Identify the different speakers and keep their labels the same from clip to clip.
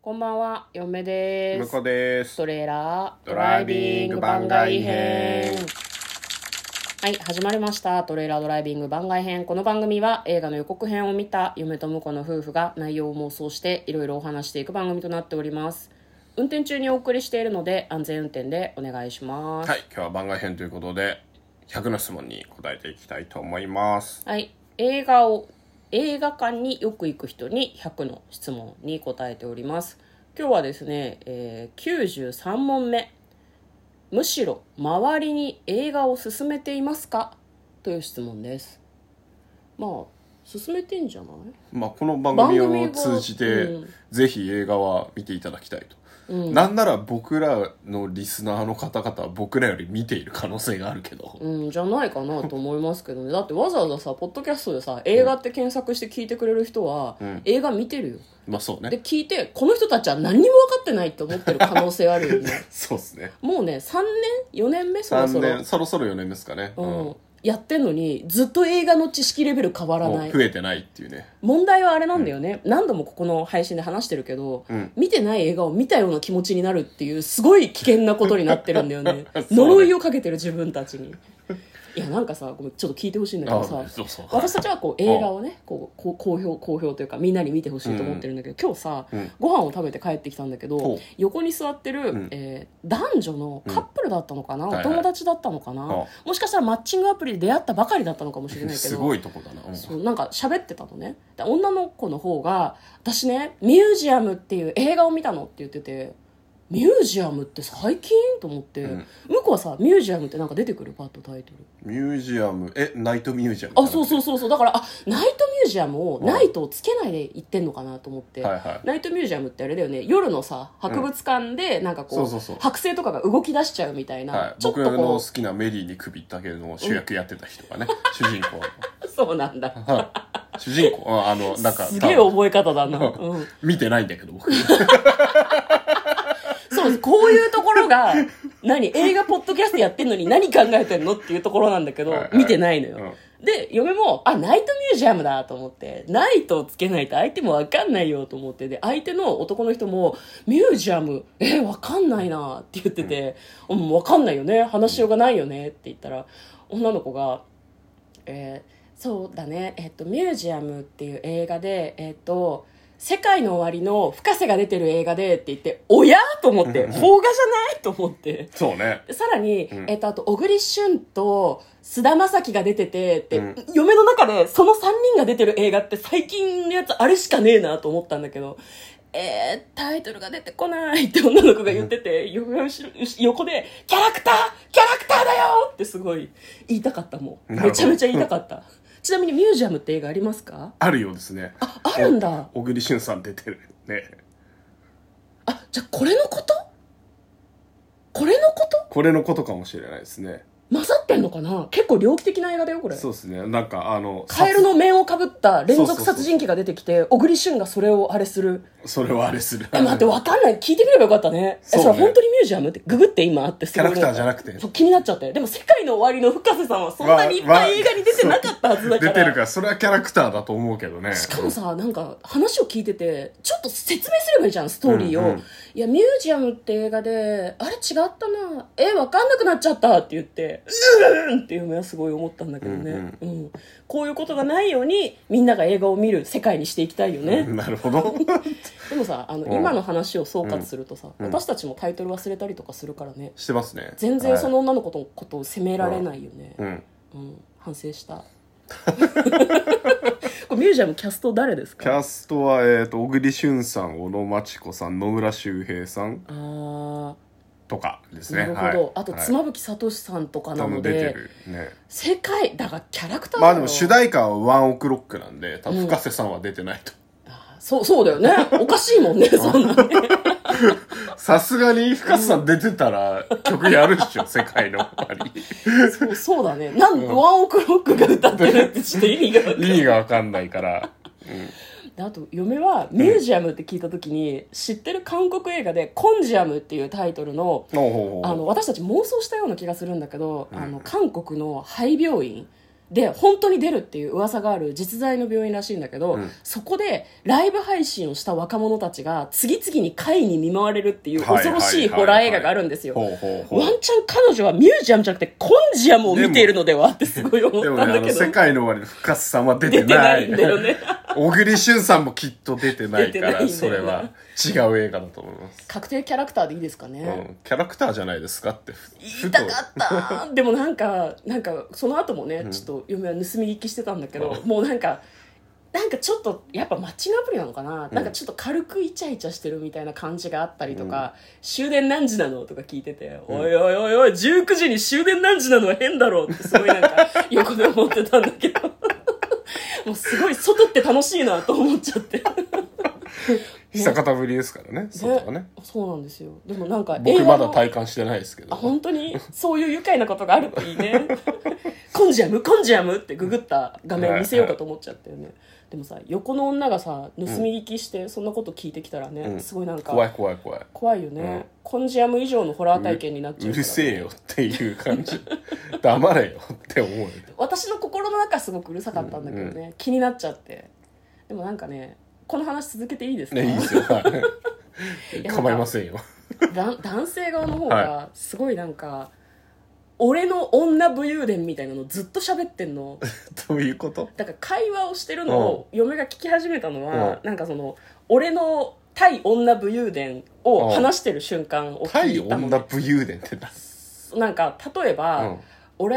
Speaker 1: こんばんは、嫁で
Speaker 2: 向
Speaker 1: す
Speaker 2: こ。うです
Speaker 1: トレーラード
Speaker 2: ドライビング番外編
Speaker 1: はい、始まりました。トレーラードライビング番外編。この番組は映画の予告編を見た嫁と婿の夫婦が内容を妄想していろいろお話していく番組となっております。運転中にお送りしているので安全運転でお願いします。。
Speaker 2: はいい今日は番外編ということで100の質問に答えていきたいと思います
Speaker 1: はい、映画を、映画館によく行く人に100の質問に答えております。今日はですね、えー93問目。むしろ周りに映画を勧めていますかという質問ですまあ勧めてんじゃない
Speaker 2: まあこの番組
Speaker 1: 番組
Speaker 2: を
Speaker 1: を
Speaker 2: 通じて、
Speaker 1: うん
Speaker 2: ぜひ映画は見ていただきたいと、
Speaker 1: う
Speaker 2: なんなら僕らのリスナーの方々は僕らより見ている可能性があるけど、
Speaker 1: うんじゃないかなと思いますけどねだってわざわざさポッドキャストでさ映画って検索して聞いてくれる人は、
Speaker 2: ん
Speaker 1: 映画見てるよ
Speaker 2: まあそうね
Speaker 1: で聞いてこの人たちは何にも分かってないって思ってる可能性あるよね
Speaker 2: そうですね
Speaker 1: もうね3年4年目そろそ
Speaker 2: 3
Speaker 1: ろ
Speaker 2: 年そろそろ4年ですかね、
Speaker 1: うん、やってんのにずっと映画の知識レベル変わら
Speaker 2: も
Speaker 1: な
Speaker 2: う
Speaker 1: い
Speaker 2: 増えてないっていうね
Speaker 1: 問題はあれなんだよね、何度もここの配信で話してるけど、
Speaker 2: うん
Speaker 1: 見てない映画を見たような気持ちになるっていうすごい危険なことになってるんだよね
Speaker 2: そうね
Speaker 1: 呪いをかけてる自分たちにいやなんかさごめんちょっと聞いてほしいんだけどさ
Speaker 2: そうそう
Speaker 1: 私たちはこう映画をねこうこう好評好評というかみんなに見てほしいと思ってるんだけど、今日さ、
Speaker 2: うん
Speaker 1: ご飯を食べて帰ってきたんだけど、
Speaker 2: ほう
Speaker 1: 横に座ってる、
Speaker 2: うん
Speaker 1: えー男女のカップルだったのかな、
Speaker 2: んは
Speaker 1: お
Speaker 2: いはい
Speaker 1: 友達だったのかな、
Speaker 2: あ
Speaker 1: もしかしたらマッチングアプリで出会ったばかりだったのかもしれないけど
Speaker 2: すごいとこだな、うん
Speaker 1: そうなんか喋ってたのねで女の子の方が「私ねミュージアムっていう映画を見たの」って言ってて「ミュージアムって最近?」と思って、
Speaker 2: うん
Speaker 1: 向こうはさ「ミュージアム」ってなんか出てくるパッとタイトル
Speaker 2: ミュージアムえナイトミュージアム
Speaker 1: あそうそううそうそうだからあナイトミュージアムを
Speaker 2: うん
Speaker 1: ナイトをつけないで行ってんのかなと思って、
Speaker 2: はいはい
Speaker 1: ナイトミュージアムってあれだよね夜のさ博物館でなんかこう,、
Speaker 2: そうそうそう
Speaker 1: 剥製とかが動き出しちゃうみたいな、
Speaker 2: はい、
Speaker 1: ちょっ
Speaker 2: 僕
Speaker 1: と
Speaker 2: の
Speaker 1: こ
Speaker 2: 好きなメリーに首ったけの主役やってた人がね、主人公
Speaker 1: うそうなんだ
Speaker 2: の、はい、主人公ああのなんか
Speaker 1: すげえ
Speaker 2: 多分
Speaker 1: 覚え方だな、
Speaker 2: うん
Speaker 1: うん
Speaker 2: 見てないんだけど 僕
Speaker 1: そうです。こういうところが、何映画ポッドキャストやってんのに何考えてんのっていうところなんだけど
Speaker 2: はいは、い
Speaker 1: 見てないのよ。
Speaker 2: うん
Speaker 1: で、嫁も、あ、ナイトミュージアムだと思って、ナイトをつけないと相手もわかんないよと思って、で、相手の男の人も、ミュージアム、え、わかんないなって言ってて、うん、わかんないよね。話しようがないよねって言ったら、女の子が、えーそうだね、えっと、ミュージアムっていう映画で、えっと、世界の終わりの深瀬が出てる映画でって言って、おやと思って、邦画じゃないと思って。
Speaker 2: そうね
Speaker 1: さらに、
Speaker 2: ん
Speaker 1: えっと、あと、小栗旬と菅田将暉が出ててって、
Speaker 2: うん
Speaker 1: 嫁の中でその3人が出てる映画って最近のやつあれしかねえなと思ったんだけど、えー、タイトルが出てこないって女の子が言ってて、嫁の後ろ横で、キャラクターキャラクターだよってすごい言いたかったもん。
Speaker 2: なるほど
Speaker 1: めちゃめちゃ言いたかった。ちなみにミュージアムって映画ありますか
Speaker 2: あるようですね
Speaker 1: あ、あるんだ。
Speaker 2: 小栗旬さん出てるね
Speaker 1: あ、じゃあこれのことこれのこと
Speaker 2: これのことかもしれないですね
Speaker 1: 混ざってんのかな結構猟奇的な映画だよ、これ。
Speaker 2: そうですねなんかあの
Speaker 1: カエルの面をかぶった連続殺人鬼が出てきて小栗旬がそれをあれする
Speaker 2: 殺それはあれする
Speaker 1: え待ってわかんない聞いてみればよかったねえそ
Speaker 2: そうね
Speaker 1: れ本当にミュージアムってググって今あって
Speaker 2: キャラクターじゃ
Speaker 1: な
Speaker 2: なくて
Speaker 1: そう気になっちゃってでも「世界の終わり」の深瀬さんはそんなにいっぱい映画に出てなかったはずだ
Speaker 2: 出
Speaker 1: か
Speaker 2: て
Speaker 1: ら
Speaker 2: るからそれはキャラクターだと思うけどね
Speaker 1: しかもさなんか話を聞いててちょっと説明すればいいじゃんストーリーを、
Speaker 2: うんうん
Speaker 1: いやミュージアムって映画であれ違ったなえわかんなくなっちゃったって言ってうーんっていうのはすごい思ったんだけどね、
Speaker 2: うん
Speaker 1: うんこういうことがないようにみんなが映画を見る世界にしていきたいよね、
Speaker 2: なるほど
Speaker 1: でもさあの、
Speaker 2: うん
Speaker 1: 今の話を総括するとさ、
Speaker 2: うん
Speaker 1: 私たちもタイトル忘れたりとかするからね
Speaker 2: してますね
Speaker 1: 全然そ
Speaker 2: は
Speaker 1: の女の子のことを責められないよね、
Speaker 2: いうん
Speaker 1: うん、反省した これミュージアムキャスト誰ですか
Speaker 2: キャストは、えー、と小栗旬さん小野真知子さん野村周平さん
Speaker 1: あー
Speaker 2: とかです
Speaker 1: な
Speaker 2: ね
Speaker 1: るほど、
Speaker 2: はい、
Speaker 1: あと
Speaker 2: はい
Speaker 1: 妻夫木聡さんとかなの
Speaker 2: 多分出て
Speaker 1: で
Speaker 2: るね
Speaker 1: 世界だがキャラクターだ
Speaker 2: ま
Speaker 1: よ
Speaker 2: あでも主題歌はワンオクロックなんで多
Speaker 1: うん
Speaker 2: 分深瀬さんは出てないと
Speaker 1: そうそうだよ ねおかしいもんねそんなね
Speaker 2: さすがに深瀬さん出てたら曲やるっ しょ世界の終わ
Speaker 1: そうそうだねなん、ワンオクロックが歌ってるってちょっと意味が
Speaker 2: り意味がわかんないから
Speaker 1: であと嫁はミュージアムって聞いた時に、知ってる韓国映画で「コンジアム」っていうタイトルの
Speaker 2: ほうほうほう
Speaker 1: あの私たち妄想したような気がするんだけど、あの韓国の廃病院で本当に出るっていう噂がある実在の病院らしいんだけど、
Speaker 2: うん
Speaker 1: そこでライブ配信をした若者たちが次々に怪に見舞われるっていう
Speaker 2: はいはい
Speaker 1: 恐ろしいホラー映画があるんですよ、
Speaker 2: ほうほうほう
Speaker 1: ワンチャン彼女はミュージアムじゃなくてコンジアムを見ているのではってすごい思っ
Speaker 2: でもね、
Speaker 1: たん
Speaker 2: あ
Speaker 1: だ
Speaker 2: の、
Speaker 1: けど、
Speaker 2: 世界の終わりの深津さんは出て
Speaker 1: 出て
Speaker 2: な。
Speaker 1: ないいんだよね
Speaker 2: 小栗旬さんもきっと出てないか
Speaker 1: 出てないんだよ
Speaker 2: ら、
Speaker 1: な
Speaker 2: それは違う映画だと思います。
Speaker 1: 確定キャラクターでいいですか
Speaker 2: う
Speaker 1: ね、
Speaker 2: ん、キャラクターじゃないですかってふ
Speaker 1: 言いたかったでもなんかなんかその後もね、ちょっと嫁は盗み聞きしてたんだけど、
Speaker 2: う
Speaker 1: もうなんかなんかちょっとやっぱマッチングアプリなのかな、なんかちょっと軽くイチャイチャしてるみたいな感じがあったりとか、終電何時なのとか聞いてて、おいおいおいおい19時に終電何時なのは変だろうってすごいなんか横で思ってたんだけど もうすごい外って楽しいなと思っちゃって
Speaker 2: 久方ぶりですからね外はね
Speaker 1: そうなんですよでもなんか
Speaker 2: 僕
Speaker 1: の
Speaker 2: まだ体感してないですけど
Speaker 1: あ本当にそういう愉快なことがあるといいね コンジアムコンジアムってググった画面見せようかと思っちゃったよねでもさ横の女がさ盗み聞きしてそんなこと聞いてきたらね、
Speaker 2: ん
Speaker 1: すごいなんか
Speaker 2: 怖い怖い怖い
Speaker 1: 怖いよね、コンジアム以上のホラー体験になっちゃう
Speaker 2: う
Speaker 1: から
Speaker 2: るせえよっていう 感じ黙れよって思うよ
Speaker 1: 私の心の中すごくうるさかったんだけどね、気になっちゃってでもなんかねこの話続けていいですか、
Speaker 2: ねいいですよはい
Speaker 1: や
Speaker 2: 構いませんよ
Speaker 1: だん男性側の方
Speaker 2: は
Speaker 1: がすごいなんか、俺の女武勇伝みたいなのずっと喋ってんの
Speaker 2: どういうこと
Speaker 1: だから会話をしてるのを嫁が聞き始めたのは、
Speaker 2: う
Speaker 1: なんかその俺の対女武勇伝を話してる瞬間を聞
Speaker 2: 対
Speaker 1: いたの、
Speaker 2: 女武勇伝ってな
Speaker 1: なんか例えば、
Speaker 2: うん
Speaker 1: 俺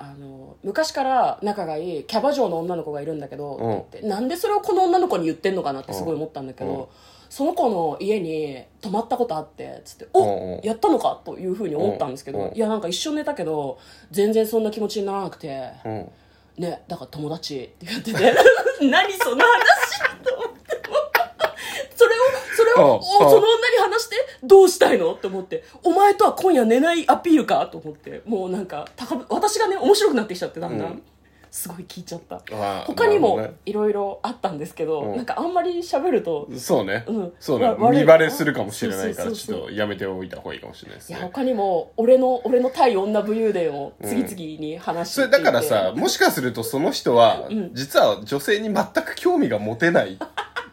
Speaker 1: あの昔から仲がいいキャバ嬢の女の子がいるんだけど、
Speaker 2: うん
Speaker 1: って言ってなんでそれをこの女の子に言ってんのかなってすごい思ったんだけど、
Speaker 2: うん
Speaker 1: その子の家に泊まったことあってつって「お、
Speaker 2: うんうん
Speaker 1: やったのか!」というふうに思ったんですけど、
Speaker 2: うんうん
Speaker 1: いやなんか一緒に寝たけど全然そんな気持ちにならなくて
Speaker 2: うん
Speaker 1: ねだから友達って言ってて 何その話と思ってそれをそれを
Speaker 2: うん
Speaker 1: おその女に話してどうしたいのって思ってお前とは今夜寝ないアピールかと思ってもうなんか高ぶ私がね面白くなってきちゃってだんだん、
Speaker 2: うん
Speaker 1: すごい聞いちゃった
Speaker 2: あー
Speaker 1: 他に
Speaker 2: なる
Speaker 1: もいろいろあったんですけど、
Speaker 2: うん
Speaker 1: なんかあんまり喋ると
Speaker 2: ほどねそうね
Speaker 1: うん
Speaker 2: そうね
Speaker 1: わ悪い
Speaker 2: 見バレするかもしれないか
Speaker 1: そうそ
Speaker 2: ら
Speaker 1: う
Speaker 2: ち
Speaker 1: そうそう
Speaker 2: ょっとやめておいた方がいいかもしれないです
Speaker 1: いや
Speaker 2: ね
Speaker 1: 他にも俺の俺の対女武勇伝を次々に話し
Speaker 2: そ
Speaker 1: てい
Speaker 2: れ
Speaker 1: て、
Speaker 2: だからさもしかするとその人は
Speaker 1: うん
Speaker 2: 実は女性に全く興味が持てない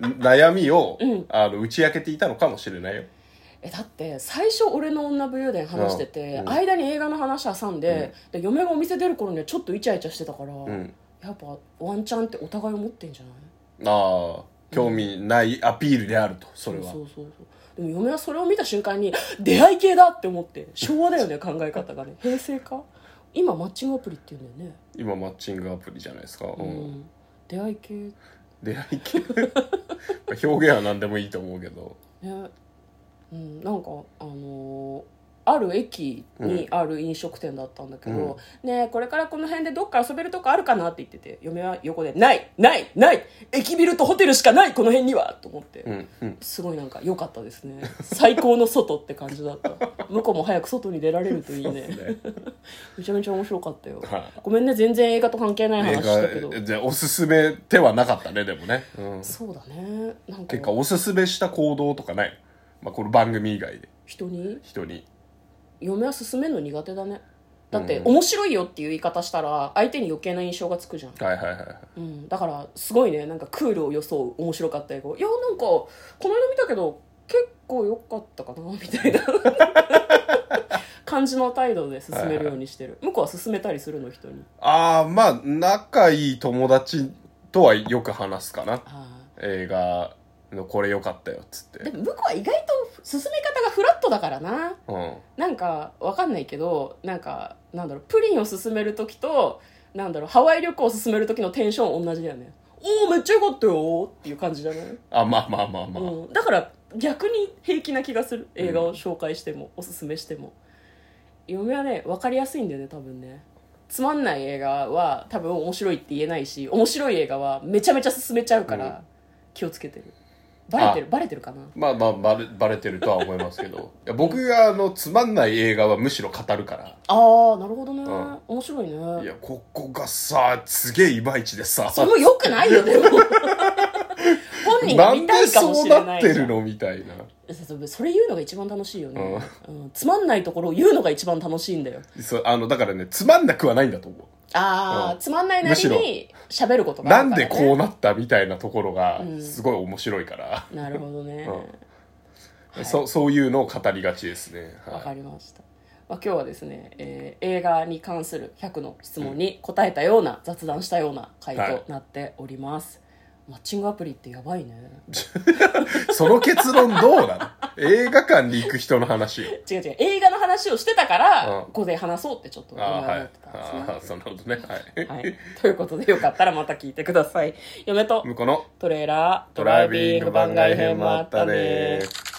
Speaker 2: 悩みを
Speaker 1: うん
Speaker 2: あの打ち明けていたのかもしれないよ
Speaker 1: えだって最初俺の女武勇伝話してて、
Speaker 2: うん
Speaker 1: 間に映画の話挟んで,、で嫁がお店出る頃にはちょっとイチャイチャしてたから、
Speaker 2: うん
Speaker 1: やっぱワンチャンってお互い思ってんじゃない
Speaker 2: ああ興味ないアピールであるとそれは
Speaker 1: そうそうそうでも嫁はそれを見た瞬間に出会い系だって思って昭和だよね考え方がね平成か今マッチングアプリって言うんだよね、
Speaker 2: 今マッチングアプリじゃないですか、う
Speaker 1: うん
Speaker 2: ん、
Speaker 1: 出会い系ね
Speaker 2: 出会い系表現は何でもいいと思うけど
Speaker 1: うんなんかあのーある駅にある飲食店だったんだけど、ねえこれからこの辺でどっか遊べるとこあるかなって言ってて嫁は横で「ないないない駅ビルとホテルしかないこの辺には!」と思って、
Speaker 2: うんうん
Speaker 1: すごいなんか良かったですね最高の外って感じだ った向こうも早く外に出られるといいね
Speaker 2: ね
Speaker 1: めちゃめちゃ面白かったよ
Speaker 2: はい
Speaker 1: ごめんね全然映画と関係ない話したけど
Speaker 2: 映画でおすすめではなかったねでもね、うん、
Speaker 1: そうだねなんか
Speaker 2: 結果おすすめした行動とかない、まあ、この番組以外で
Speaker 1: 人に
Speaker 2: 人に
Speaker 1: 嫁は勧めるの苦手だねだって面白いよっていう言い方したら相手に余計な印象がつくじゃん、
Speaker 2: はいはいはいはい
Speaker 1: うん、だからすごいねなんかクールを装う面白かった映画いやなんかこの間見たけど結構良かったかなみ たいな感じの態度で勧めるようにしてる、向こうは勧めたりするの人に
Speaker 2: ああまあ仲いい友達とはよく話すかな
Speaker 1: あ
Speaker 2: 映画のこれ良かったよっつっ
Speaker 1: ーで
Speaker 2: て
Speaker 1: も向こうは意外と進め方がフラットだからな
Speaker 2: うん
Speaker 1: なんかわかんないけどなんかなんだろうプリンを勧める時となんだろうハワイ旅行を勧める時のテンション同じだよねおおめっちゃよかったよっていう感じじゃない、
Speaker 2: あまあまあまあまあ、
Speaker 1: うん、だから逆に平気な気がする映画を紹介しても、おすすめしても嫁はね分かりやすいんだよね多分ねつまんない映画は多分面白いって言えないし面白い映画はめちゃめちゃ勧めちゃうか
Speaker 2: うん
Speaker 1: ら気をつけてる、バレてるバレてるかな
Speaker 2: まあまあバレバレてるとは思いますけどいや僕があのつまんない映画はむしろ語るか
Speaker 1: あーなるほどね、
Speaker 2: ん
Speaker 1: 面白いね
Speaker 2: らいやここがさすげえいまいちでさ
Speaker 1: それも良くないよでも 本人
Speaker 2: な
Speaker 1: が見
Speaker 2: んで
Speaker 1: たいかも
Speaker 2: そ
Speaker 1: し
Speaker 2: う
Speaker 1: れ
Speaker 2: な
Speaker 1: な
Speaker 2: っ
Speaker 1: い
Speaker 2: て
Speaker 1: じゃ
Speaker 2: る
Speaker 1: ん
Speaker 2: のみたいな
Speaker 1: そうそれ言うのが一番楽しいよね、うんつまんないところを言うのが一番楽しいんだよ
Speaker 2: そうあのだからねつまんなくはないんだと思う
Speaker 1: ああ、
Speaker 2: うん
Speaker 1: つまんないなりに喋ることがあ
Speaker 2: な
Speaker 1: る
Speaker 2: ん
Speaker 1: から、
Speaker 2: で
Speaker 1: ね。
Speaker 2: こう
Speaker 1: な
Speaker 2: なったみたいなところが
Speaker 1: うん
Speaker 2: すごい面白いから、
Speaker 1: なるほどね。わ、はい
Speaker 2: そそういうのを語りがちですね、はい
Speaker 1: かりました。まあ、今日はですね、えー映画に関する100の質問に答えたような、雑談したような回
Speaker 2: はい
Speaker 1: となっております。マッチングアプリってやばいね。
Speaker 2: その結論どうなの映画館に行く人の話よ
Speaker 1: 違う違う。映画の話をしてたから、
Speaker 2: うん
Speaker 1: ここで話そうってちょっと思
Speaker 2: ああはい
Speaker 1: ってたんですね。
Speaker 2: ああそんなことねはい、
Speaker 1: はい、ということでよかったらまた聞いてください。嫁と
Speaker 2: 向こうの
Speaker 1: トレーラード
Speaker 2: ドライビング番外編もあったね
Speaker 1: ドライビング番外編もあったね